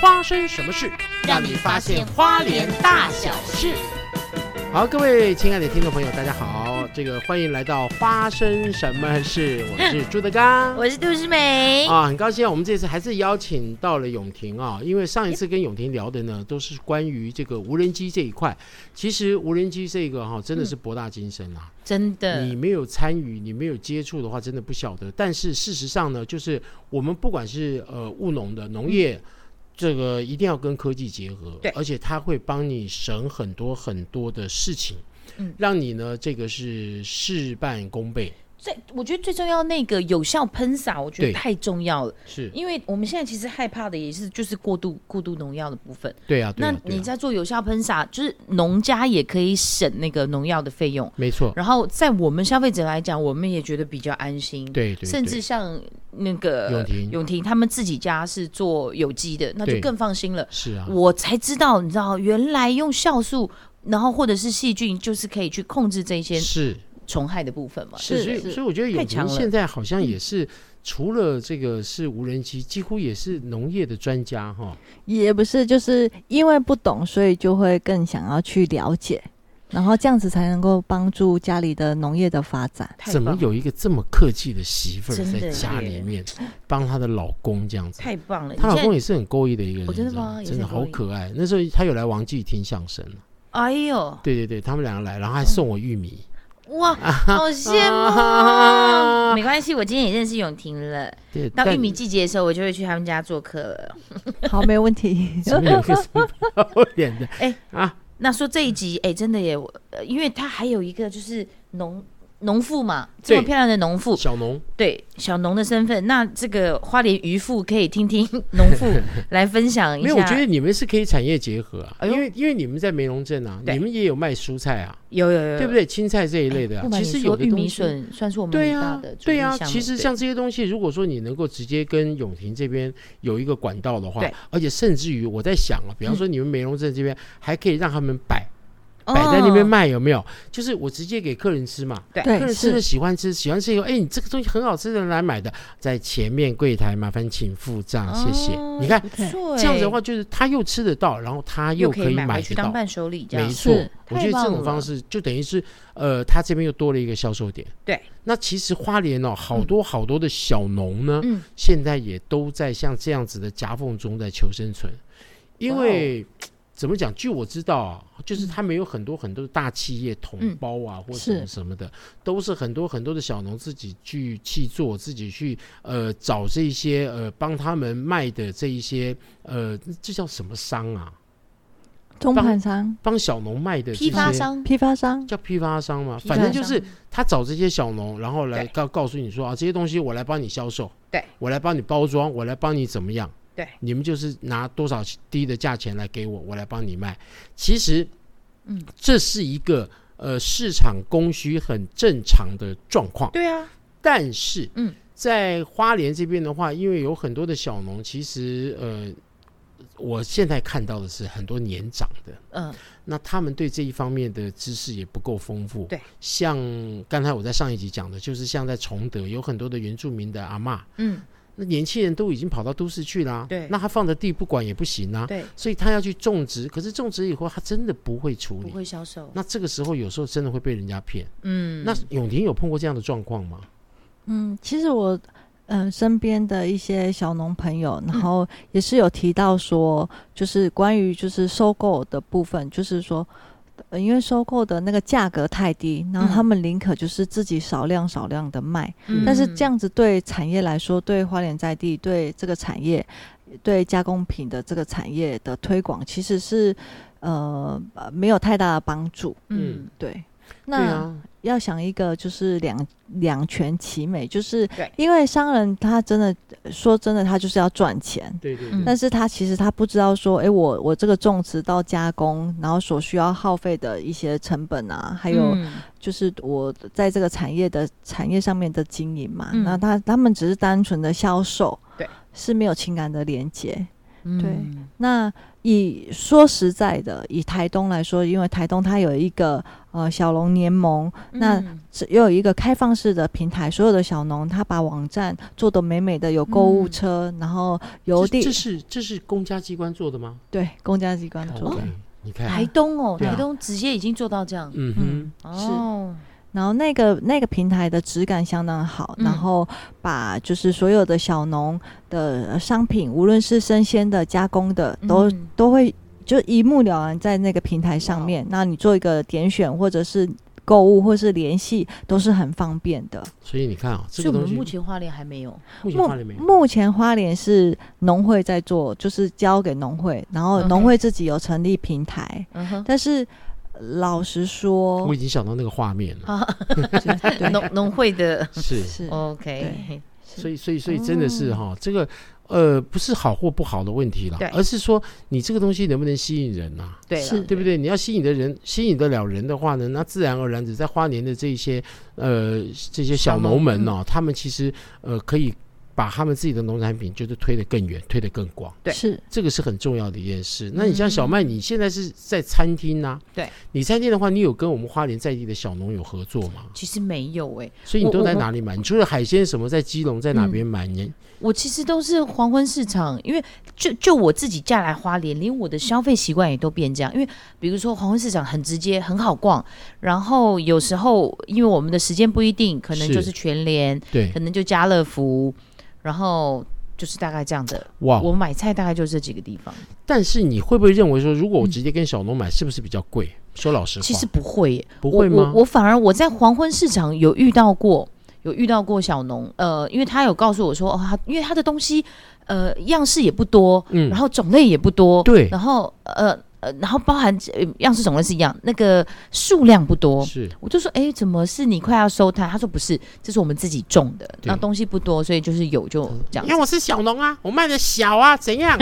发生什么事，让你发现花莲大小事。好，各位亲爱的听众朋友，大家好，这个欢迎来到《发生什么事》，我是朱德 刚，我是杜诗梅。啊，很高兴啊，我们这次还是邀请到了永婷啊，因为上一次跟永婷聊的呢，都是关于这个无人机这一块。其实无人机这个哈、真的是博大精深啊。真你的，没有参与，你没有接触的话，真的不晓得。但是事实上呢，就是我们不管是呃务农的农业。这个一定要跟科技结合嗯对，而且它会帮你省很多很多的事情，嗯让你呢这个是事半功倍，最我觉得最重要那个有效喷洒，我觉得对太重要了。是因为我们现在其实害怕的也是就是过度过度农药的部分。对啊，对那啊，对你啊，在做有效喷洒，就是农家也可以省那个农药的费用，没错，然后在我们消费者来讲，我们也觉得比较安心。对对，甚对至像那个永婷永婷他们自己家是做有机的，那就对更放心了。是啊，我才知道，你知道，原来用酵素，然后或者是细菌，就是可以去控制这些是虫害的部分嘛。是，所对以不对所以我觉得太永宁强了嗯现在好像也是除了这个是无人机，几乎也是农业的专家哈，也不是，就是因为不懂，所以就会更想要去了解，然后这样子才能够帮助家里的农业的发 展。太怎么棒了有一个这么客气的媳妇儿真的在家耶里面帮她的老公这样子？太棒了？她老你现公在也是很勾引的一个人，哦真你的知道吗也是真的很勾好引可爱。那时候她有来王继听相声，哎呦对对对，他们两个来，然后还送我玉米。哇，好羡慕啊！ 啊没关系，我今天也认识永婷了。对，到但玉米季节的时候，我就会去他们家做客了。好，没有问题。前面有一个 什么不要脸 的？哎啊，那说这一集，哎、真的耶，我呃因为他还有一个就是农农妇嘛，这对么漂亮的农妇，小农对小农的身份，那这个花莲渔妇可以听听 农 妇来分享一没有，我觉下得。你们是可以产业结合啊，哎呦因为因为你们在梅龙镇啊，对你们也有卖蔬菜啊，有有有有，对不对？青菜这一类的啊哎不，瞒其你实说有的玉东米西笋算是我们对很大呀的，主对力呀、项目其实对像这些东西，如果说你能够直接跟永婷这边有一个管道的话对，嗯而且甚至于我在想啊，比方说你们美容镇这边还可以让他们摆、哦摆在那边卖，有没有？就是我直接给客人吃嘛。客对，人吃了是喜欢吃，喜欢吃以后，哎，你这个东西很好吃的，来买的，在前面柜台麻烦请付账，谢谢。哦你看不错这样子哎的话，就是他又吃得到，然后他又可以以买回买去得当到，伴手礼，这样没错是。我觉得这太棒种了方式就等于是，呃，他这边又多了一个销售点。对，那其实花莲哦，好多好多的小农呢，嗯现在也都在像这样子的夹缝中在求生存，因为。哦怎么讲？据我知道啊，就是嗯他们有很多很多的大企业同胞啊，或什么是什么的，都是很多很多的小农自己去去做，自己去呃找这一些呃帮他们卖的这一些呃这叫什么商啊？中盘商、帮小农卖的这批发些商，批发商，叫批发商嘛，批反正发就是商他找这些小农，然后来对告告诉你说啊，这些东西我来帮你销售，对我来帮你包装，我来帮你怎么样？对，你们就是拿多少低的价钱来给我，我来帮你卖。其实，嗯，这是一个呃市场供需很正常的状况，对啊，但是，嗯，在花莲这边的话，因为有很多的小农，其实呃，我现在看到的是很多年长的，嗯，那他们对这一方面的知识也不够丰富。对，像刚才我在上一集讲的，就是像在崇德有很多的原住民的阿嬷，嗯，那年轻人都已经跑到都市去啦、对那他放着地不管也不行啊，对，所以他要去种植，可是种植以后他真的不会处不理。会销售，那这个时候有时候真的会被人家骗。嗯，那永婷有碰过这样的状况吗？嗯，其实我嗯身边的一些小农朋友，然后也是有提到说，就是关于就是收购的部分，就是说。呃，因为收购的那个价格太低，然后他们宁可就是自己少量少量的卖，嗯但是这，样子对产业来说，对花莲在地，对这个产业，对加工品的这个产业的推广，其实是呃呃没有太大的帮助。嗯，对，对那、啊，要想一个就是两两全其美，就是对因为商人他真的呃说真的，他就是要赚钱。对啊对嗯对，但是他其实他不知道说，诶，我我这个种植到加工，然后所需要耗费的一些成本啊，还还有、就是我在这个产业的产业上面的经营嘛，嗯那他他们只是单纯的销售，对，嗯是没有情感的连接。对对那以说实在的，以台东来说，因为台东它有一个呃小农联盟，那嗯是又有一个开放式的平台，所有的小农他把网站做得美美的，有购物嗯车，然后有这地这是这是公家机关做的吗？哦对公家机关做的 OK，，你看，台东哦，对啊台东直接已经做到这样，嗯嗯哼，哦，然后那个那个平台的质感相当好，嗯然后把就是所有的小农的呃商品，无论是生鲜的、加工的，都、嗯都会就一目了然在那个平台上面。那你做一个点选，或者是购物，或是联系，都是很方便的。所以你看啊，这所以个我东们西目前花莲还没有，目前目花莲没有，目前花莲是农会在做，就是交给农会，然后 OK 农会自己有成立平台嗯哼，但是呃老实说我，已经想到那个画面了，对农农会的 是，是哦 OK，所以所以所以真的是哈，这个呃不是好或不好的问题了哦对，而是说你这个东西能不能吸引人啊？对是了，对不对？你要吸引的人，吸引得了人的话呢，那自然而然的，在花莲的这一些呃这些小农们嗯哦，他们其实呃可以把他们自己的农产品就是推得更远，推得更广，对是这个是很重要的一件事。那你像小麦，你现在是在餐厅呐、嗯对，你餐厅的话，你有跟我们花莲在地的小农有合作吗？其实没有哎、所以你我都在我哪里买？你除了海鲜什么，在基隆在哪嗯边买？你我其实都是黄昏市场，因为就就我自己嫁来花莲，连我的消费习惯也都变这样。因为比如说黄昏市场很直接，很好逛，然后有时候因为我们的时间不一定，可能是就是全联，对可能就家乐福，然后就是大概这样的。哇，我买菜大概就这几个地方，但是你会不会认为说，如果我直接跟小农买，是不是比较贵？说老实话，嗯其实不会耶，不会吗我我我反而我在黄昏市场有遇到过，有遇到过小农，呃，因为他有告诉我说，哦，他因为他的东西，呃，样式也不多，嗯然后种类也不多，对然后呃呃，然后包含、呃样式种类是一样，那个数量不多。是我就说，哎，怎么是你快要收摊？他说不是，这是我们自己种的，对那东西不多，所以就是有就这样因为。我是小农啊，我卖的小啊，怎 样？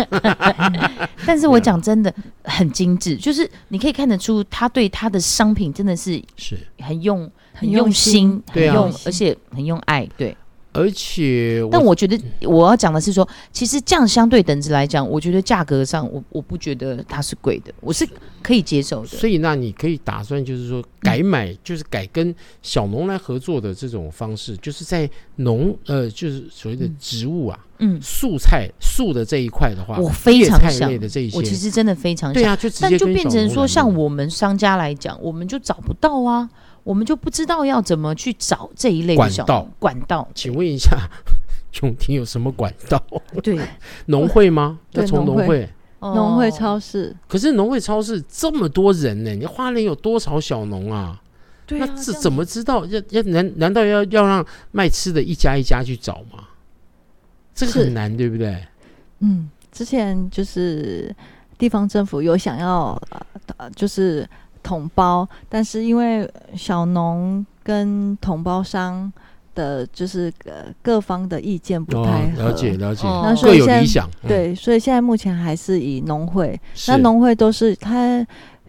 啊但是我讲真的，很精致，就是你可以看得出他对他的商品真的是是，很用很很用用心，很对啊用，而且很用爱，对。而且但我我觉得我要讲的是说，其实这样相对等值来讲，我觉得价格上，我我不觉得它是贵的，我是可以接受的。所以那你可以打算就是说改买，就是改跟小农来合作的这种方式，就是在农呃，就是所谓的植物啊、嗯，素菜、素的这一块的话，我非叶常菜想类，的这一我其些，实真的非常对想，啊，就直接但就跟变小农成说，来像弄我们商家来讲，我们就找不到啊，我们就不知道要怎么去找这一类的管小道管道。请问一下， 永婷有什么管道？对，农会吗？对要从农农会会。农会哦超市。可是农会超市这么多人呢，你花莲有多少小农啊？对那啊，这样怎么知道？要要难难道要要让卖吃的一家一家去找吗？这个是很难，对不对？嗯，之前就是地方政府有想要呃呃，就是统包，但是因为小农跟统包商的，就是呃各方的意见不太合，了解了解，哦那所各以有现在理想。嗯，对，所以现在目前还是以农会，是那农会都是它。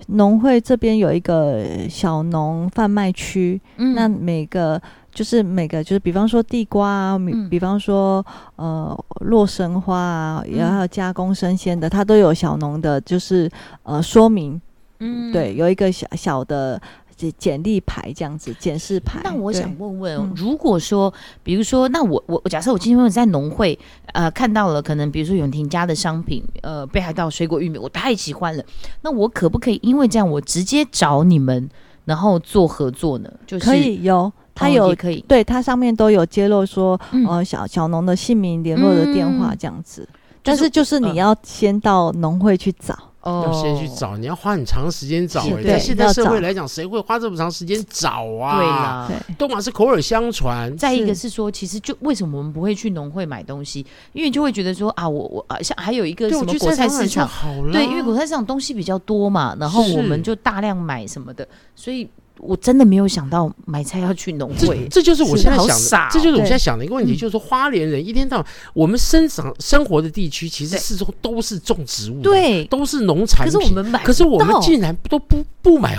农会这边有一个小农贩卖区，嗯那每个就是每个就是，比方说地瓜啊，比嗯比方说呃洛神花啊，嗯也有加工生鲜的，它都有小农的，就是呃说明，嗯对，有一个小小的简简历牌这样子，检视牌。那我对想问问，嗯哦，如果说，比如说，那我我我假设我今天我在农会，呃，看到了可能比如说永婷家的商品，呃，北海道水果玉米，我太喜欢了，那我可不可以因为这样，我直接找你们，然后做合作呢？就是可，以有，它哦有也可以，对它上面都有揭露说，嗯，呃小小农的姓名、联络的电话嗯这样子。就但是是就是你嗯要先到农会去找，哦要先去，找，你要花很长时间找是。哎对在现在要社找会来讲，谁会花这么长时间找啊？对，啦。对，都嘛是口耳相传。再一个是是说，其实就为什么我们不会去农会买东西？因为就会觉得说啊，我我啊，像还有一个对，什我么去果菜场买市就场，好了。对，因为果菜市场东西比较多嘛，然后我们嗯哦是就大量买什么的，所以我真的没有想到买菜要去农这会。这就是我是现在好想的，傻哦这就是我对现在想的一个问题，嗯就是说花莲人一天到晚，我们生长生活的地区其实对四周都是种植物，，对，都是农产可品，是我们买不到，可是我们竟然都不不买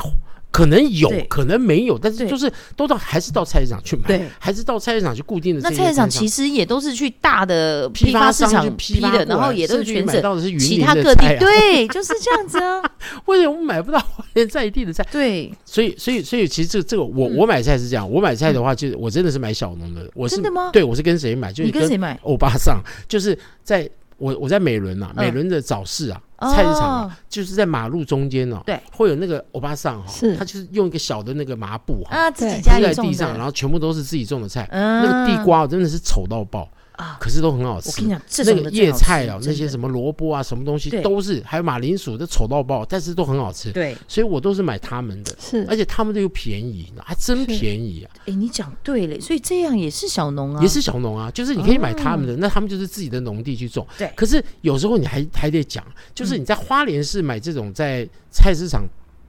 可能有对，可能没有，但是对就是都到还是到菜市场去买，对，还是到菜市场去固定的这那些菜市场场其实也都是去大的批发市商场就批的，过然后来也都是甚至于全买省到的是云其林他的各地菜，啊对，就是 这样子啊，为什么买不到花莲在地的菜？对，所以，所以，所以，其实这这个我、嗯我买菜是这样，我买菜的话，就是我真的是买小农的，我是真的吗对，我是跟谁买？就是你跟谁买？欧巴桑，就是在我我在美伦呐、啊，嗯哦美伦的早市啊，菜市场啊，就是在马路中间哦，对，会有那个欧巴桑哈、是他就是用一个小的那个麻布哦哈、啊，自己对家铺里在种地的上，然后全部都是自己种的菜，嗯，那个地瓜真的是丑到爆，啊，可是都很好我吃跟你。讲，这那种个的叶菜啊，那些么什么萝卜啊，什么东西对都是，还有马铃薯都丑到爆，但是都很好吃，对，所以我都是买他们的。是而且他们的又便宜，还真是便宜啊，哎，你讲对了，所以这样也是小农啊，哦也是小农啊，就是你可以买他们的，那他们就是自己的农地去种。对嗯可是有时候你还还得讲，就是你在花莲市买这种在菜市场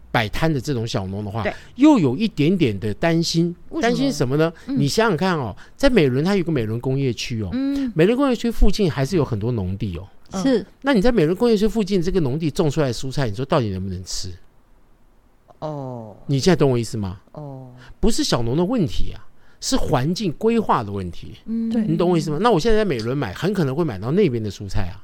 摆摊的这种小农的话对，又有一点点的担心为什么，担心什么呢？嗯你想想看哦，在美伦它有个美伦工业区哦，嗯，美伦工业区附近还是有很多农地哦。嗯是那你在美伦工业区附近这个农地种出来的蔬菜，你说到底能不能吃？哦你现在懂我意思吗？哦，不是小农的问题啊，是环境规划的问题。嗯，对你懂我意思吗？那我现在在美伦买，很可能会买到那边的蔬菜啊。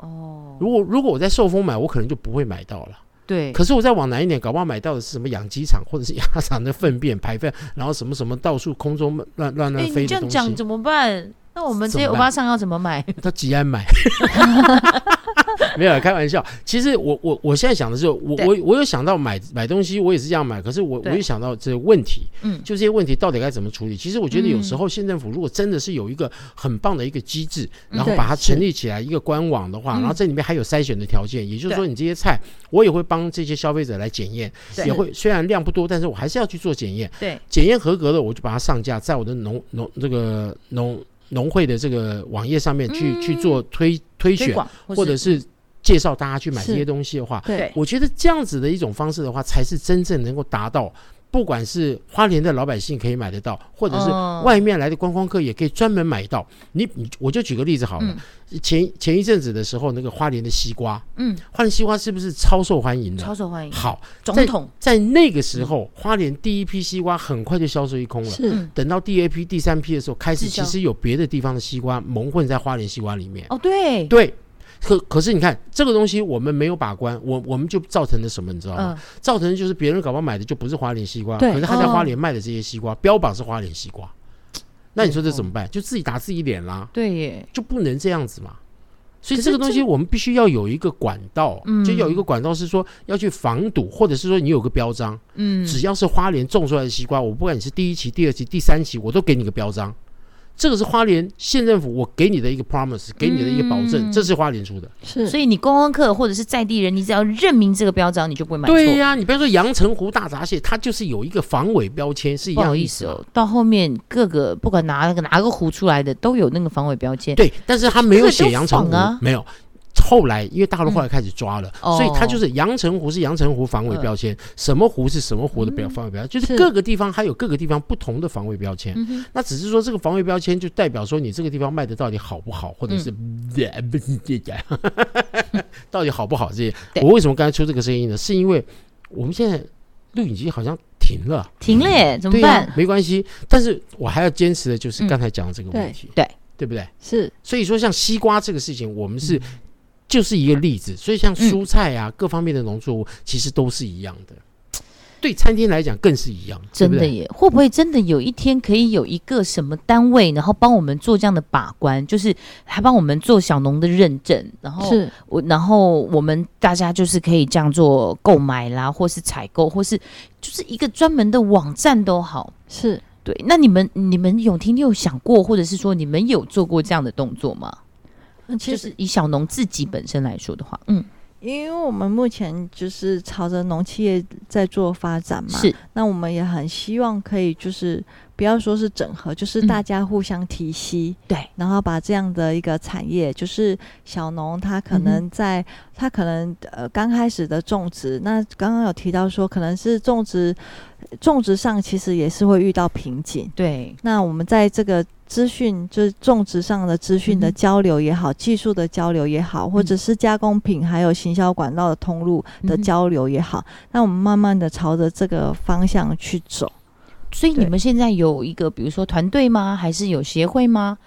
哦，如果如果我在寿丰买，我可能就不会买到了。对，可是我再往南一点，搞不好买到的是什么养鸡场或者是鸭场的粪便排粪，然后什么什么到处空中乱乱乱哎，飞你这的样东讲西，怎么办？那我们这怎些么欧办巴桑要怎 么买？到吉安买。没有啊开玩笑，其实我我我现在想的是，我对我我有想到买买东西，我也是这样买，可是我我对有想到这个问题，嗯就这些问题到底该怎么处理？其实我觉得有时候县政府如果真的是有一个很棒的一个机制，嗯然后对把它是成立起来一个官网的话，嗯然后这里面还有筛选的条件，也就是说你这些菜，我也会帮这些消费者来检验，对也会虽然量不多，但是我还是要去做检验，对，检验合格的我就把它上架在我的农农这个农农会的这个网页上面去、嗯去做推推推选，广或者是介绍大家去买是这些东西的话，对对我觉得这样子的一种方式的话，才是真正能够达到，不管是花莲的老百姓可以买得到，或者是嗯外面来的观光客也可以专门买到。你你我就举个例子好了，前前一阵子的时候，那个花莲的西瓜，嗯，花莲西瓜是不是超受欢迎超的？受 欢迎，好，总统在那个时候，花莲第一批西瓜很快就销售一空了。是嗯等到第二批、第三批的时候，开始滞销其实有别的地方的西瓜蒙混在花莲西瓜里面。哦，对，对，可可是你看这个东西，我们没有把关，我我们就造成了什么，你知道吗？嗯，造成的就是别人搞不好买的就不是花莲西瓜，对可是他在哦花莲卖的这些西瓜、标榜是花莲西瓜，那你说这怎么办？就自己打自己脸啦，对耶，就不能这样子嘛。所以可是这个东西我们必须要有一个管道，嗯就有一个管道是说要去防堵，或者是说你有个标章，嗯，只要是花莲种出来的西瓜，我不管你是第一期、第二期、第三期，我都给你个标章。这个是花莲县政府我给你的一个 promise，给你的一个保证，嗯这是花莲出的。是，所以你观光客或者是在地人，你只要认明这个标章，你就不会买错。对呀、你不要说阳澄湖大闸蟹，它就是有一个防伪标签，是一不样好的意思思嘛哦，到后面各个不管哪个哪个湖出来的都有那个防伪标签。对，但是它没有写阳澄这个湖，都仿啊没有。后来，因为大陆后来开始抓了，嗯所以它哦就是阳澄湖是阳澄湖防伪标签，什么湖是什么湖的嗯标防伪标签，就是是各个地方它有各个地方不同的防伪标签。嗯哼，那只是说这个防卫标签就代表说你这个地方卖的到底好不好，或者是嗯不是这样 到底好不好这些。对我为什么刚才出这个声音呢？是因为我们现在录影机好像停了，停了耶，怎嗯么对呀、办？嗯没关系，但是我还要坚持的就是刚才讲的这个问题，对对对不对？是所以说像西瓜这个事情，我们是。嗯就是一个例子，所以像蔬菜啊，各方面的农作物其实都是一样的，对餐厅来讲更是一样，对真不的对？耶，会不会真的有一天可以有一个什么单位，然后帮我们做这样的把关，就是还帮我们做小农的认证，然后是我然后我们大家就是可以这样做购买啦，或是采购，或是就是一个专门的网站都好。是，对，那你们你们永婷，你有想过，或者是说你们有做过这样的动作吗？嗯其就实是以小农自己本身来说的话，嗯，因为我们目前就是朝着农企业在做发展嘛，是那我们也很希望可以就是不要说是整合，就是嗯大家互相提携，对，然后把这样的一个产业，就是小农他可嗯能在、他可能呃刚开始的种植，那刚刚有提到说可能是种植种植上其实也是会遇到瓶颈，对，那我们在这个资讯，就是种植上的资讯嗯的哼交流也好，技术的交流也好，或者是加工品还有行销管道的通路的嗯哼交流也好，那我们慢慢的朝着这个方向去走。所以你对们现在有一个，比如说团队吗？还是有协会吗？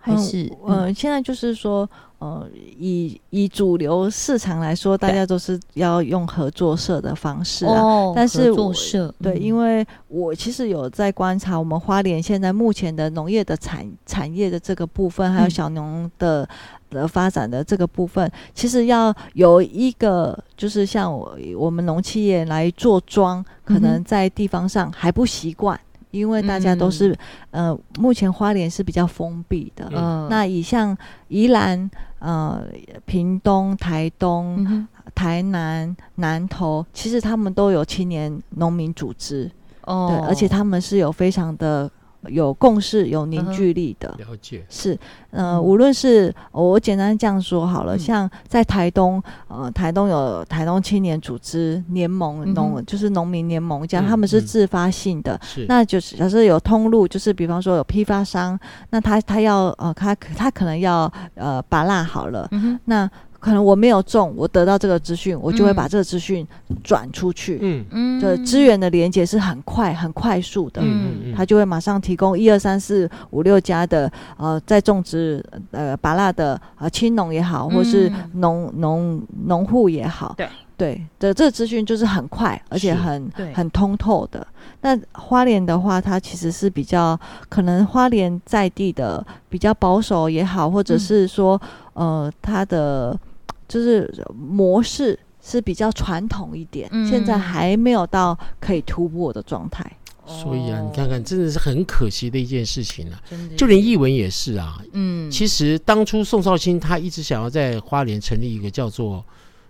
还嗯是呃，现在就是说，呃，以以主流市场来说，大对家都是要用合作社的方式啊。哦，但是合作我社嗯对，因为为我其实有在观察我们花莲现在目前的农业的产产业的这个部分，还有嗯小农的、的发展的这个部分，其实要有一个就是像我我们农企业来做庄，嗯可哼能在地方上还不习惯，因为大家都是、嗯呃，目前花莲是比较封闭的，呃那以像宜兰、呃、屏东、台东、嗯哼台南、南投，其实他们都有青年农民组织，对哦，，而且他们是有非常的有共识、有凝聚力的。了解，是，呃，嗯无论是、我简单这样说好了，嗯像在台东，呃，台东有台东青年组织联盟嗯哼农，就是农民联盟这嗯样，他们是嗯自发性的，是那就是假设有通路，就是比方说有批发商，那他他要呃，他他可能要呃，拔蜡好了，嗯哼那可能我没有中，我得到这个资讯，我就会把嗯这个资讯转出去。嗯嗯对，资源的连接是很快、很快速的，嗯嗯，他就会马上提供一二三四五六家的呃，在种植呃拔蜡的呃青农也好，或是嗯农农农户也好，对对的，这资讯就是很快，而且是很对很通透的。那花莲的话，它其实是比较可能花莲在地的比较保守也好，或者嗯是说、呃它的就是模式。是比较传统一点，现在嗯还没有到可以突破的状态。所以啊，你看看，真的是很可惜的一件事情啊。真的就连译文也是啊。嗯，其实当初宋少卿他一直想要在花莲成立一个叫做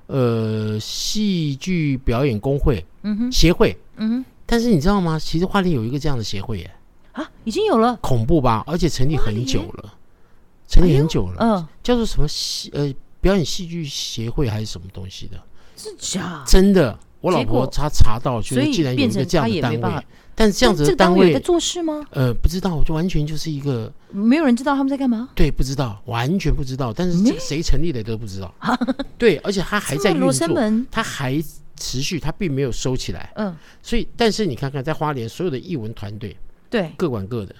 呃戏剧表演工会嗯哼协会，嗯但是你知道吗？其实花莲有一个这样的协会耶，哼啊，已经有了，恐怖吧？而且成立很久了，成立很久了，嗯，叫做什么戏呃表演戏剧协会还是什么东西的？是假，真的，我老啊结果婆她查到，觉所得以竟然有变一个成这样他的也没单办法位，，但是这样子这的个单单位有位在做事吗？呃，不知道，就完全就是一个没有人知道他们在干嘛，对，不知道，完全不知道。但是这个谁成立的都不知 道。对，而且它还在嗯这么运罗生作，门，它还持续，它并没有收起来。嗯，所以，但是你看看，在花莲所有的艺文团队对，各管各的，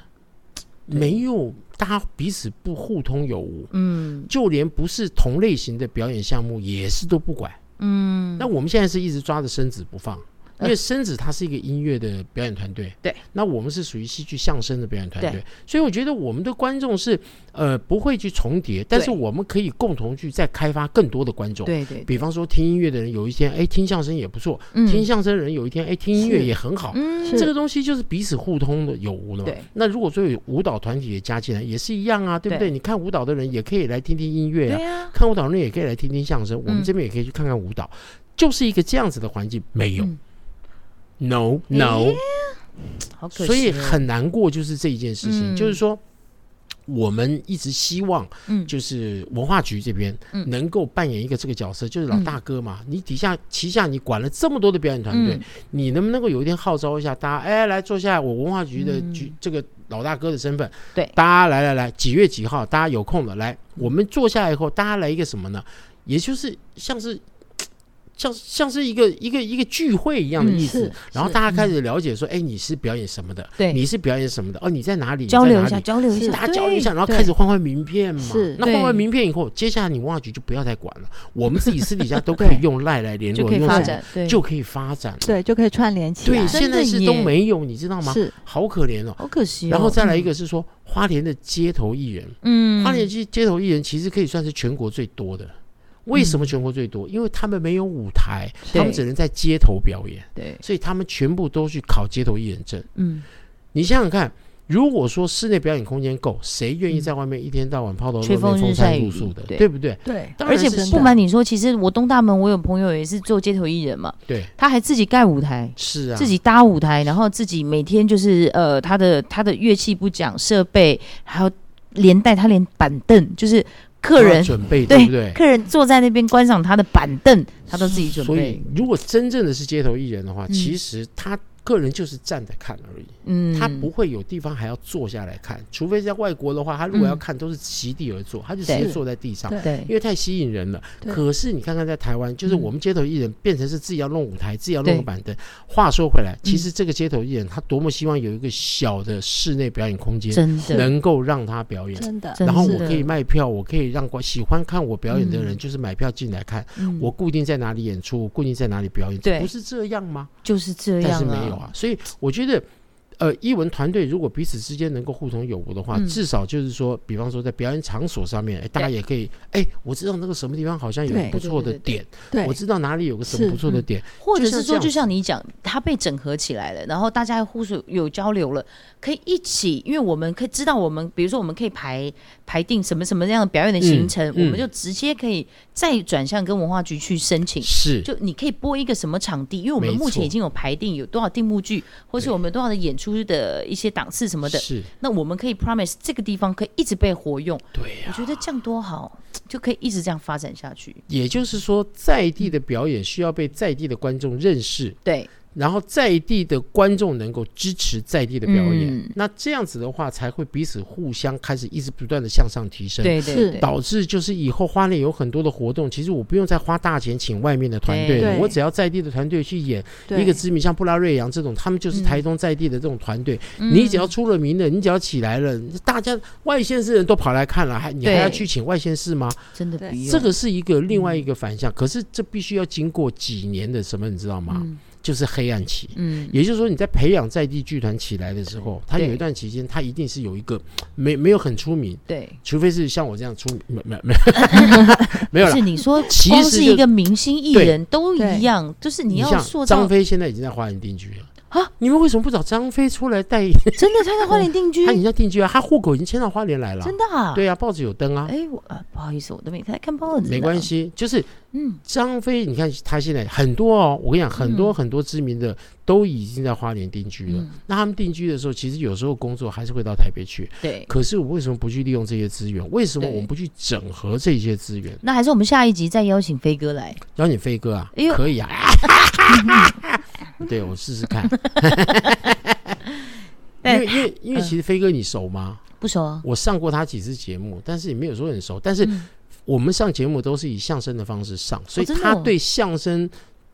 没有大家彼此不互通有无。嗯就连不是同类型的表演项目也是都不管。嗯，呃那我们现在是一直抓着生子不放，因为生子它是一个音乐的表演团队，对。那我们是属于戏剧相声的表演团队对，所以我觉得我们的观众是呃不会去重叠，但是我们可以共同去再开发更多的观众。对对，比方说听音乐的人有一天，哎，听相声也不错；嗯听相声的人有一天，哎，听音乐是也很好。嗯这个东西就是彼此互通的有无的嘛对。那如果说有舞蹈团体也加进来，也是一样啊，对不对对？你看舞蹈的人也可以来听听音乐啊，对啊，看舞蹈的人也可以来听听相声，我嗯们这边也可以去看看舞蹈，就是一个这样子的环境，没有。嗯 No No，、好可惜哦，所以很难过，就是这一件事情，嗯就是说，我们一直希望嗯就是文化局这边嗯能够扮演一个这个角色，就是老大哥嘛，你底下旗下你管了这么多的表演团队，嗯你能不能够有一天号召一下大家，哎，来坐下来，我文化局的嗯局、这个老大哥的身份，对大家来来来，几月几号，大家有空的来，我们坐下来以后，大家来一个什么呢？也就是像是。像像是一个一个一个聚会一样的嗯意思，是然后大家开始了解说，哎、你是表演什么的？对你是表演什么的？哦，你在哪里？交你在流哪一下，里交流一是下，大家交流一下，然后对开始换换名片嘛。是那换对换名片以后，接下来你文化局就不要再管了，我们自己私底下都可以对用赖来联就络，可以用发什么展，对，就可以发展了。对，就可以串联起来对，。真现在的是都耶没有，你知道吗？是，好可怜哦。好可惜哦，然后再来一嗯，个是说花莲的街头艺人，嗯，花莲街街头艺人其实可以算是全国最多的。为什么全国最多？因为他们没有舞台，他们对只能在街头表演，嗯对，所以他们全部都去考街头艺人证。嗯，你想想看，如果说室内表演空间够，谁愿意在外面一天到晚泡到嗯吹那边风日风晒餐雨露宿的，对对不对？对，当而然且是真不的瞒你说，其实我东大门我有朋友也是做街头艺人嘛，对，他还自己盖舞台。是啊，自己搭舞台，然后自己每天就是呃，他的他的乐器不讲设备，还有连带他连板凳，就是都客要人准备，对对不哦对？客人坐在那边观赏他的板凳，他都自己准所以备。，如果真正的是街头艺人的话，嗯其实他个人就是站着看而已，嗯，他不会有地方还要坐下来看，除非在外国的话，他如果要嗯看都是席地而坐，他就直接对坐在地上。对对因为太吸引人了。对可是你看看在台湾，就是我们街头艺人变成是自己要弄舞台，自己要弄对个板凳。话说回来，嗯其实这个街头艺人他多么希望有一个小的室内表演空间，真的能够让他表演。真的，真然后是我的可以卖票，我可以让观喜欢看我表演的人，嗯就是买票进来看。嗯我固定在哪里演出，我固定在哪里表演，对不是这样吗？就是这但样是没有啊，所以我觉得。呃，艺文团队如果彼此之间能够互通有无的话，嗯至少就是说，比方说在表演场所上面，哎，大家也可以，哎，我知道那个什么地方好像有对不错的对对对嗯点，对我，知道哪里有个什么是不错的点，或者就是像这说，样就像你讲，它被整合起来了，然后大家互相有交流了，可以一起，因为我们可以知道，我们比如说我们可以排排定什么什么样的表演的行程，嗯我嗯们就直接可以再转向跟文化局去申请。是就你可以播一个什么场地，因为我们没目前错已经有排定有多少定目剧，或是对我们多少的演出的一些档次什么的，是，那我们可以 promise 这个地方可以一直被活用。对呀、我觉得这样多好，就可以一直这样发展下去。也就是说，在地的表演需要被在地的观众认识，对，然后在地的观众能够支持在地的表演，嗯那这样子的话，才会彼此互相开始一直不断的向上提升。对是对对，导致就是以后花莲有很多的活动，其实我不用再花大钱请外面的团队对了，对我只要在地的团队去演对一个知名，像布拉瑞扬这种，他们就是嗯台中在地的这种团队。嗯你只要出了名了，你只要起来了，大家外县市人都跑来看了，还你还对嗯要去请外县市吗？真的不对用这个是一个另外一个反向，可是这必须要经过几年的什么，你知道吗？嗯就是黑暗期。嗯，也就是说，你在培养在地剧团起来的时候，它对有一段期间，它一定是有一个没没有很出名，对。除非是像我这样出名， 没没 没没有了不是。你说，其光实是就一个明星艺人都一样，就是你要像塑造张飞现在已经在花莲定居了啊！你们为什么不找张飞出来 带？真的他在花莲定居他已，经在定居啊，他户口已经迁到花莲来了。真的啊？，对啊，报纸有登啊，哎，我啊不好意思，我都没在看报纸，没关，系。就是嗯，张飞，你看他现在很多哦，我跟你讲，很多嗯很多知名的都已经在花莲定居了。嗯那他们定居的时候，其实有时候工作还是会到台北去。对。可是我为什么不去利用这些资源？为什么对我们不去整合这些资源？那还是我们下一集再邀请飞哥来，邀你飞哥啊哎呦，可以啊。 对，我试试 看。因但为因为因为嗯其实飞哥你熟吗？不熟啊。我上过他几次节目，但是也没有说很熟。但是嗯我们上节目都是以相声的方式上，所以真的他哦对相声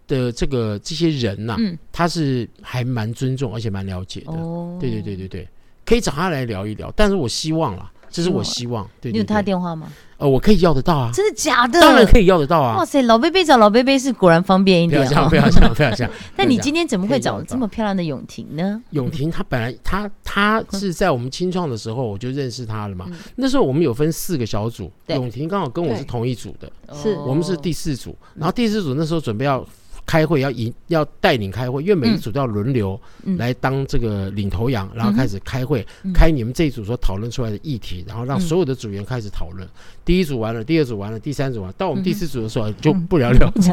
的这个这些人呐、嗯他是还蛮尊重，而且蛮了解的。哦，对对对对对，可以找他来聊一聊。但是我希望啦，这是我希望。对你有对他的对，电话吗？呃，我可以要得到啊，真的假的？当然可以要得到啊哇。塞，老贝贝找老贝贝是果然方便一不要点这样，哦不。要这样， 不要这样。那你不要这样今天怎么会可以找要这么漂亮的永婷呢？永婷她本来她她嗯是在我们清创的时候我就认识她了嘛，那时候我们有分四个小组，对永婷刚好跟我对是同一组的，是哦嗯我们是第四组，然后第四组那时候准备要。开会要引要带领开会，因为每一组都要轮流嗯来当这个领头羊，然后开始开会，嗯开你们这一组所讨论出来的议题，然后让嗯所有的组员开始讨论。第一组完了，第二组完了，第三组完了，到我们第嗯哼四组的时候就不了了之，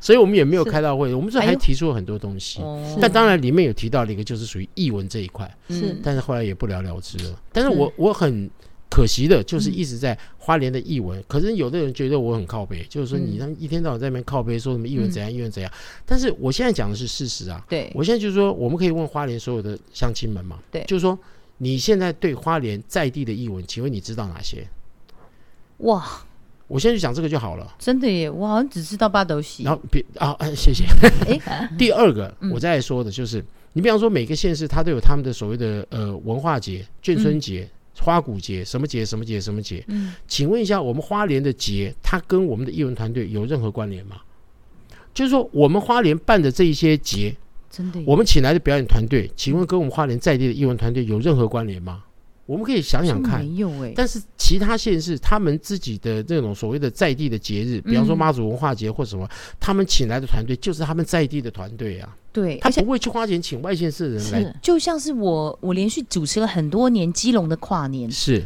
所以我们也没有开到会，我们这哎还呦提出了很多东西。哦但当然里面有提到了一个就是属于译文这一块，是嗯但是后来也不了了之了。但是我我很可惜的就是嗯一直在花莲的译文，可是有的人觉得我很靠背，就是说嗯你让一天到晚在那边靠背说什么译文嗯怎样译文怎样，但是我现在讲的是事实啊。对我现在就是说，我们可以问花莲所有的乡亲们嘛，对就是说你现在对花莲在地的译文，请问你知道哪些？哇，我现在就讲这个就好了。真的耶！我好像只知道八斗喜然，后别啊，哎谢谢。哎，第二个嗯我再来说的就是，你比方说每个县市它都有他们的所谓的呃文化节、眷村节、花鼓节、什么节、什么节、什么节。嗯，请问一下，我们花莲的节，它跟我们的艺文团队有任何关联吗？就是说，我们花莲办的这一些节，真的耶，我们请来的表演团队，请问跟我们花莲在地的艺文团队有任何关联吗？我们可以想想真的看。没有哎，但是其他县市他们自己的这种所谓的在地的节日，比方说嗯妈祖文化节或什么，他们请来的团队就是他们在地的团队啊。对，他而且不会去花钱请外县市的人来，是就像是我，我连续主持了很多年基隆的跨年，是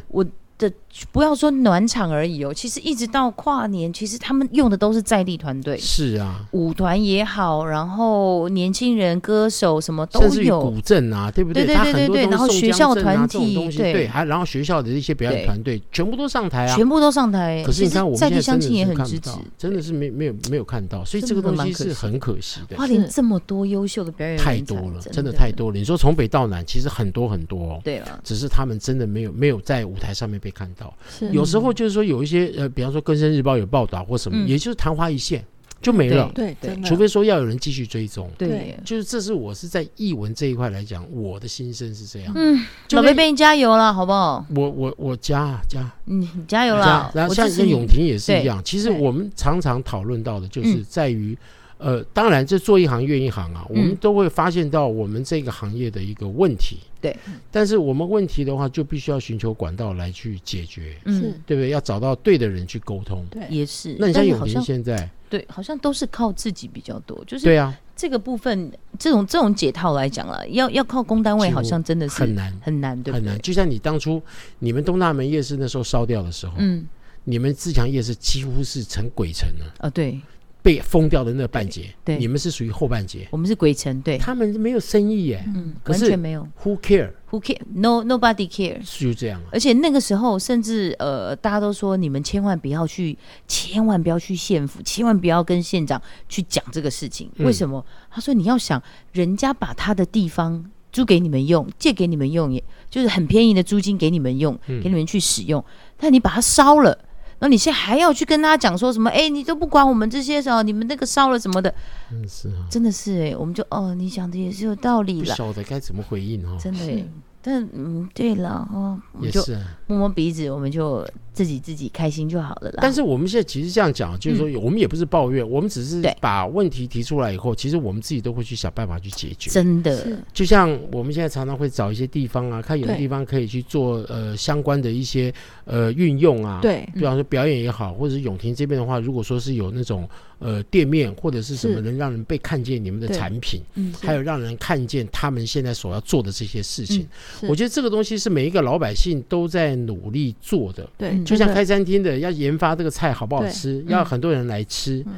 的不要说暖场而已哦，其实一直到跨年，其实他们用的都是在地团队，是啊，舞团也好，然后年轻人、歌手什么都甚至于有。古镇啊，对不对对他对很多对都是对然后宋学江校镇团啊这种体东西，对对，还然后学校的一些表演对团队全部都上台啊。全部都上台，可是你其实看，我们在现地在相真的亲也是很看支不持到，，真的是没没有没有看到，所以真这个的东蛮西可是惜很可惜的。花莲是这么多优秀的表演人才太多了，真真的太。多了。你说从北到南，其实很多很多、哦，对啊了，只是他们真的没有没有在舞台上面被看到。嗯是有时候就是说有一些呃，比方说《更生日报》有报道或什么，嗯也就是昙花一现就没了，对，对真的除非说要有人继续追踪。对对耶，就是这是我是在译文这一块来讲，我的心声是这样。嗯，就老跟贝贝你加油了，好不好？我我我家啊家你你加油家啦，！然后我像支持像你永婷也是对一样。其实对我们常常讨论到的就是嗯在于，呃，当然这做一行怨一行啊，我们嗯都会发现到我们这个行业的一个问题。对，但是我们问题的话，就必须要寻求管道来去解决，嗯，对不对？要找到对的人去沟通。对，也是。那你像但是永好婷像现在，对，好像都是靠自己比较多，就是对啊，这个部分，这种这种解套来讲了，要要靠公单位，几乎好像真的是很难。很难，对不很对难，？就像你当初你们东大门夜市那时候烧掉的时候，嗯，你们自强夜市几乎是成鬼城了，哦，对，被封掉的那半截，对对你们是属于后半截，我们是鬼城，对，他们没有生意耶、嗯，可完是全没有 w h o care？ ，Who care？No nobody care。就这样啊，而且那个时候，甚至呃，大家都说你们千万不要去，千万不要去县府，千万不要跟县长去讲这个事情。嗯为什么？他说你要想，人家把他的地方租给你们用，借给你们用，也就是很便宜的租金给你们用，嗯给你们去使用。但你把它烧了，然后你现在还要去跟他讲说什么？哎、你都不管我们这些什么，你们那个烧了什么的，真是啊，真的是哎、我们就哦，你讲的也是有道理不啦，晓得该怎么回应哦，真的、是欸。但嗯，对了哦，我们也、就是啊。摸摸鼻子，我们就自己自己开心就好了啦。但是我们现在其实这样讲，就是说我们也不是抱怨，我们只是嗯对把问题提出来以后，其实我们自己都会去想办法去解决。真的是，就像我们现在常常会找一些地方啊，看有的对地方可以去做呃相关的一些呃运用啊，对比方说表演也好，或者是永庭这边的话，如果说是有那种呃店面或者是什么是能让人被看见你们的对产品，嗯，还有让人看见他们现在所要做的这些事情，嗯是我觉得这个东西是每一个老百姓都在努力做的。对，嗯就像真的开餐厅的，要研发这个菜好不好对吃，要很多人来吃。嗯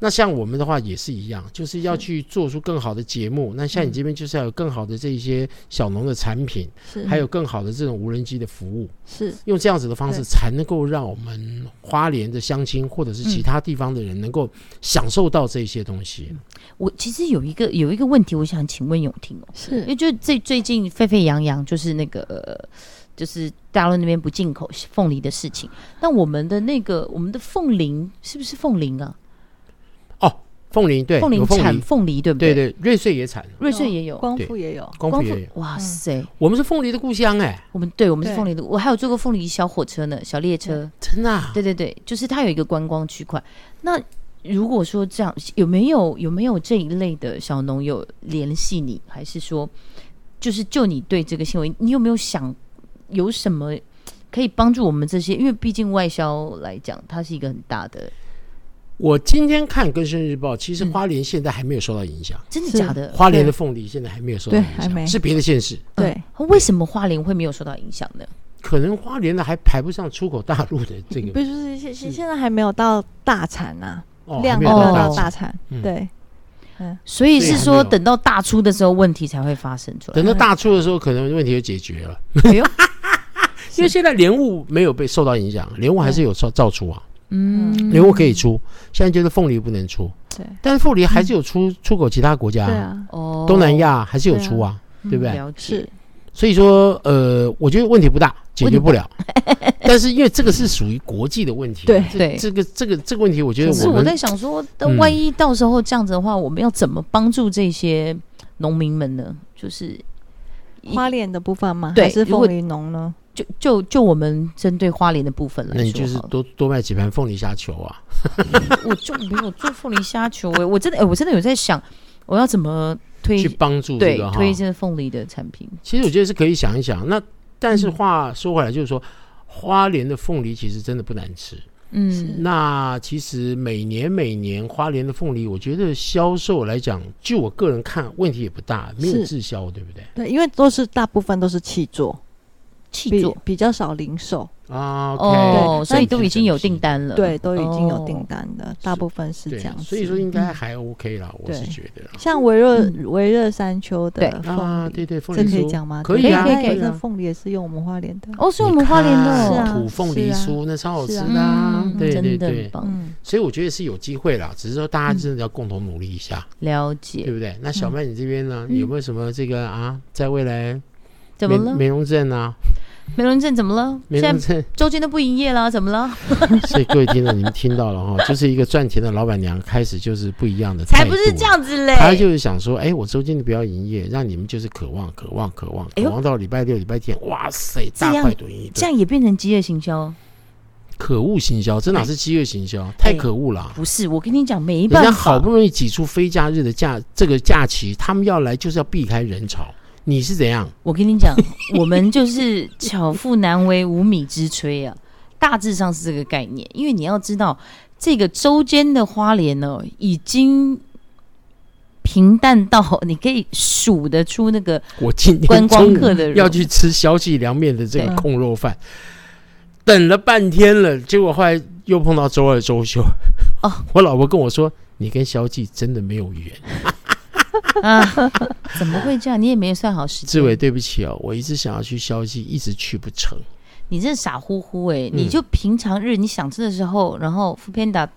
那像我们的话也是一样，就是要去做出更好的节目。那像你嗯这边就是要有更好的这一些小农的产品，是还有更好的这种无人机的服务，是用这样子的方式对才能够让我们花莲的乡亲或者是其他地方的人能够享受到这些东西。我其实有一个有一个问题，我想请问永婷哦，因为是就最最近沸沸扬扬，就是那个、呃就是大陆那边不进口凤梨的事情。那我们的那个我们的凤梨是不是凤梨啊？哦，凤梨对，凤梨有凤产梨，凤梨对不对对，对，瑞穗也产，瑞穗也有，光对复也有，光复光也有。哇塞，我们是凤梨的故乡哎、我们对我们是对凤梨的，我还有坐过凤梨小火车呢，小列车。真的、啊。对对对，就是它有一个观光区块。那如果说这样，有没有有没有这一类的小农有联系你，还是说，就是就你对这个新闻，你有没有想有什么可以帮助我们这些？因为毕竟外销来讲，它是一个很大的，我今天看《更生日报》，其实花莲现在还没有受到影响，真的是假的？花莲的凤梨现在还没有受到对影还响，没是别的县市，对，为什么花莲会没有受到影响呢？可能花莲的还排不上出口大陆的这不个是是现现现在还没有到大产呐，哦，还量没还有没有哦到到大大陆。产嗯，对，所以对是还没说有等到大出的时候，问题才会发生出来。等到大出的时候，可能问题就解决了， 哎呦， 因为现在莲雾没有被受到影响，莲雾还是有造造出啊，嗯，莲雾可以出，现在就是凤梨不能出，对但是凤梨还是有出出口其他国家对啊，啊，哦，东南亚还是有出啊，嗯对不对了解是，所以说，呃，我觉得问题不大，解问决题不了。但是因为这个是属于国际的问题，啊对这对这个这个这个问题，我觉得可是我我们在想说，那嗯万一到时候这样子的话，我们要怎么帮助这些农民们呢？就是一花莲的部分吗？对还是如果凤梨农呢？就就就我们针对花莲的部分来那说你就是好了多多卖几盘凤梨虾球啊，我就没有做凤梨虾球、欸，我真的、欸我真的有在想，我要怎么推去帮助这对个哈。推荐凤梨的产品。其实我觉得是可以想一想。那但是话说回来，就是说。花莲的凤梨其实真的不难吃。嗯，那其实每年每年花莲的凤梨，我觉得销售来讲，据我个人看，问题也不大，没有是滞销，对不对？对，因为都是大部分都是气作，气比作比较少零售，啊，OK，哦，所以都已经有单。订单了。对，都已经有哦订单的，大是部分是这对，样子。所以说应该还 OK 啦，我是对觉得啦。像维热嗯维热山丘的对啊，凤对梨，对，凤这梨可以酥讲吗？可以啊它可以有一啊个凤梨也是用我们花莲的，哦，是我你们花莲的看是啊哦，土凤是梨啊酥那超好吃是啊的啊，嗯对对真的对很，棒，嗯，所以我觉得是有机会啦，只是说大家嗯真的要共同努力一下，了对解。不对？那小嗯曼你这边呢，嗯有没有什么这个啊，在未来怎美么了？美容证啊，美容证怎么了？美现容在 证，周间都不营业了，怎么了？所以各位听众你们听到了 哈，就是一个赚钱的老板娘开始就是不一样的态才度，不是这。样欸子嘞！他就是想说，哎、我周间的不要营业，让你们就是渴望、渴望、渴望，渴哎呦望到礼拜六、礼拜天，哇塞，这大样快朵颐一顿这。样也变成饥饿行销？可恶行销，这哪是饥饿行销，太可恶了啊。不是，我跟你讲，哎没人办家法，好不容易挤出非假日的假这个假期，他们要来就是要避开人潮。你是怎样？我跟你讲， 我们就是巧妇难为无米之炊啊，大致上是这个概念。因为你要知道，这个周间的花莲哦，已经平淡到你可以数得出那个我今观天中光午客的人要去吃小记凉面的这个对控肉饭，等了半天了，结果后来又碰到周二周休。哦， 嗯我老婆跟我说，你跟小记真的没有缘。啊， 怎么会这样？你也没有算好时志伟，间，对不起哦，我一直想要去消记，一直去不成。你这傻乎乎哎、嗯你就平常日你想吃的时候，然后 f o o Panda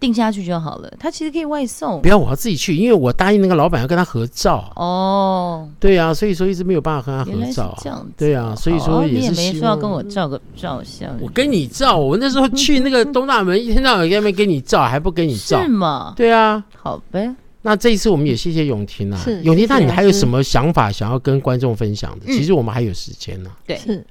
定下去就好了，它其实可以外送不要，我要自己去，因为我答应那个老板要跟他合照。哦。对啊，所以说一直没有办法跟他原来合是照啊。这样子，对啊所以说好也你也是没希说要望跟我照个照相，我跟你照，我那时候去那个东大门，一天到晚在那边跟你照，还不跟你照是。吗？对啊，好呗，那这一次我们也谢谢永婷啊是，永婷，谢谢那你还有老师什么想法想要跟观众分享的？嗯其实我们还有时间啊呢。对是。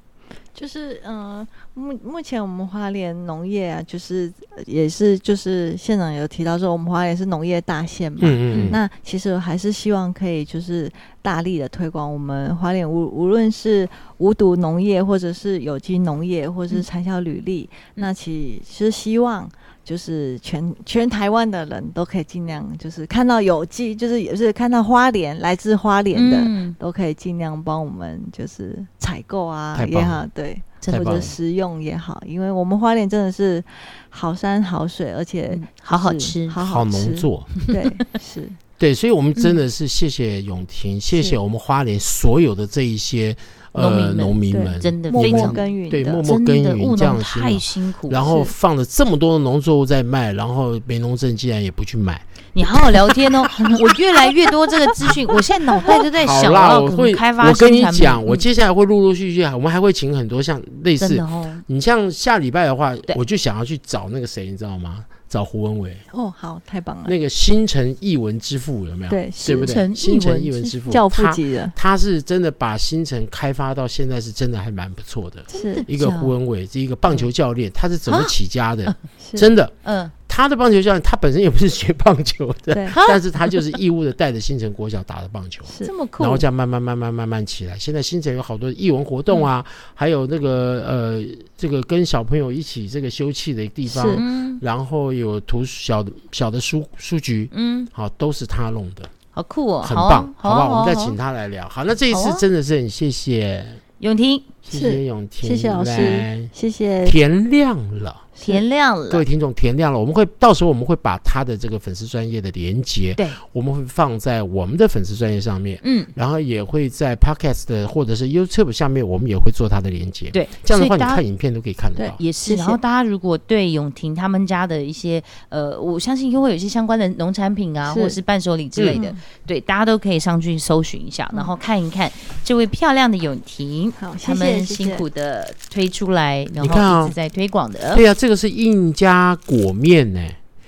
就是嗯，呃目目前我们花莲农业啊，就是呃也是就是县长有提到说，我们花莲是农业大县嘛，嗯嗯嗯，那其实还是希望可以就是大力的推广我们花莲无无论是无毒农业，或者是有机农业，或者嗯是产销履历，那其实希望。就是全全台湾的人都可以尽量，就是看到有机，就是也是看到花莲来自花莲的，嗯，都可以尽量帮我们就是采购啊太棒也好了，对，真太或棒者了食用也好，因为我们花莲真的是好山好水，而且嗯好好是吃，好好好农吃，作。 对，是。对，所以我们真的是谢谢永嗯婷，谢谢我们花莲所有的这一些呃农农民对们，真的默非默常耕耘对的默默真耕的耘务这样农的辛太劳辛苦，然后是放了这么多的农作物在卖，然后梅农镇竟然也不去买。你好好聊天哦。 我越来越多这个资讯，我现在脑袋都在好想啦，要我怎会么开发我跟新你产品。讲，我嗯接下来会陆陆续续，啊我们还会请很多像类真似的哦，你像下礼拜的话，对我就想要去找那个谁，你知道吗？找胡文伟，哦，好，太棒了，那个新城译文之父有没有？，对，对不是对？新新城城译译文文之之父，教父他级的，他是真的把新城开发到现在是真的还蛮不错的。是啊一个胡婚，文伟，是一个棒球教练，他是怎么起家的？是，真的，嗯，他的棒球教练，他本身也不是学棒球的，对，但是他就是义务的带着新城国小打的 棒球。是这么酷然，后这样慢慢慢慢慢慢起来。现在新城有好多艺文活动啊，嗯还有那个呃，这个跟小朋友一起这个休憩的地方，是嗯然后有图书小的小的书书局，嗯，好，都是他弄的，好酷哦，很啊棒，好好不啊好？我们啊再好啊请他来聊。好，那这一好次啊真的是很谢谢，永婷谢是谢永婷，谢谢老师来，谢谢，田亮了。田亮了，各位听众填亮了，我们会到时候我们会把他的这个粉丝专业的连接，对，我们会放在我们的粉丝专业上面，嗯，然后也会在 Podcast 的或者是 YouTube 下面，我们也会做他的连接。对，这样的所话，以你大家看影片都可以看得对到。也是，谢谢然后大家如果对永婷他们家的一些呃，我相信应该会有一些相关的农产品啊，是或者是伴手礼之类的，嗯对，大家都可以上去搜寻一下，嗯然后看一看这位漂亮的永婷，好，谢他们谢，谢辛谢，苦的推出来，然你看啊后一直在推广的，对啊，这个是印加果面呢、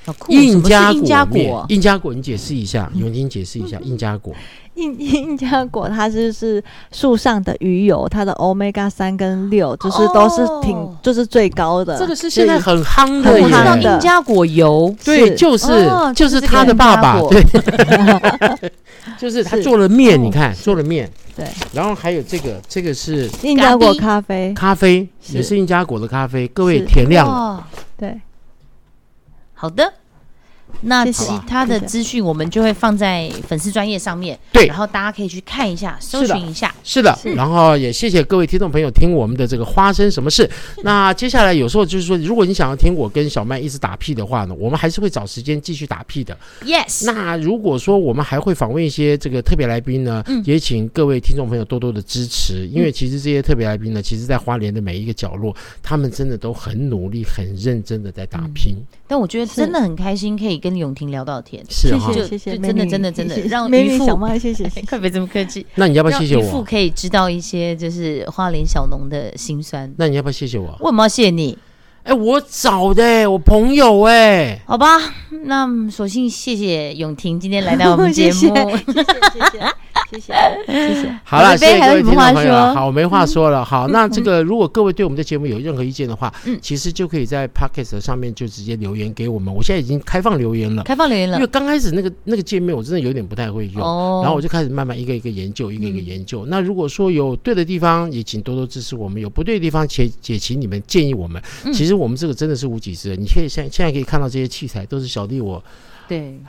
好酷，什印么加是印加面果，？嗯印加果，你解释一下，永金解释一下，印加果印印加果它就是树上的鱼油，它的 omega 三跟六就是都是挺哦，就是最高的，这个是现在很夯我的很知道夯的耶。印加果油，对，是就是哦就就是是他这个的爸印爸加，果对，就是他是做了面，哦你看做了面，对，然后还有这个，这个是印加果咖啡，咖啡，是哦也是印加果的咖啡。各位是田亮了，哇，对，好的，那谢其谢他的谢谢资讯我们就会放在粉丝专业上面，对然后大家可以去看一下，搜是的寻一下。是的，是然后也谢谢各位听众朋友听我们的这个花生什么事。那接下来有时候就是说，如果你想要听我跟小麦一直打屁的话呢，我们还是会找时间继续打屁的。 Yes，那如果说我们还会访问一些这个特别来宾呢，也请各位听众朋友多多的支持，因为其实这些特别来宾呢，其实在花莲的每一个角落，他们真的都很努力、很认真的在打拼。但我觉得是真的很开心，可以跟永婷聊到天， 是啊哈、就谢谢就美真的女真的真的谢谢让美渔女夫小麦，谢谢。哎快别这么客气，那你要不要让谢谢渔夫我？可以知道一些就是花莲小农的辛酸。那你要不要谢谢我？为什么要谢谢你？哎，我找的、我朋友哎、好吧，那索性谢谢永婷今 天来到我们节目。 谢谢谢谢谢谢谢谢，好了，我谢这边谢还各有位什么听众话朋友了。说好，我没话说嗯了。好，那这个如果各位对我们的节目有任何意见的话，其实就可以在 Podcast 上面就直接留言给我们。我现在已经开放留言了，开放留言了因为刚开始那个那个界面我真的有点不太会用，哦，然后我就开始慢慢一个一个研究，一个一个研究。那如果说有对的地方，也请多多支持我们；有不对的地方，且也请你们建议我们。嗯其实我们这个真的是无几之人，你可以现现在可以看到这些器材都是小弟我对，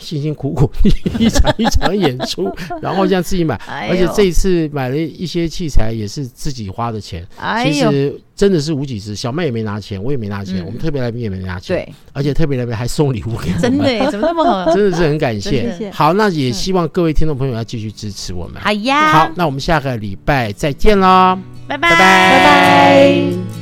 辛辛苦苦 一场一场演 出，然后这样自己买。哎而且呦这一次买了一些器材，也是自己花的钱。哎其呦，实真的是无几之，小麦也没拿钱，我也没拿钱，嗯我们特别来宾也没拿钱。对，而且特别来宾还送礼物给我们，真的耶，怎么那么好？ 真的是很感真谢的。谢谢。好，那也希望各位听众朋友要继续支持我们。好呀，好，，那我们下个礼拜再见喽，拜拜，拜拜拜。拜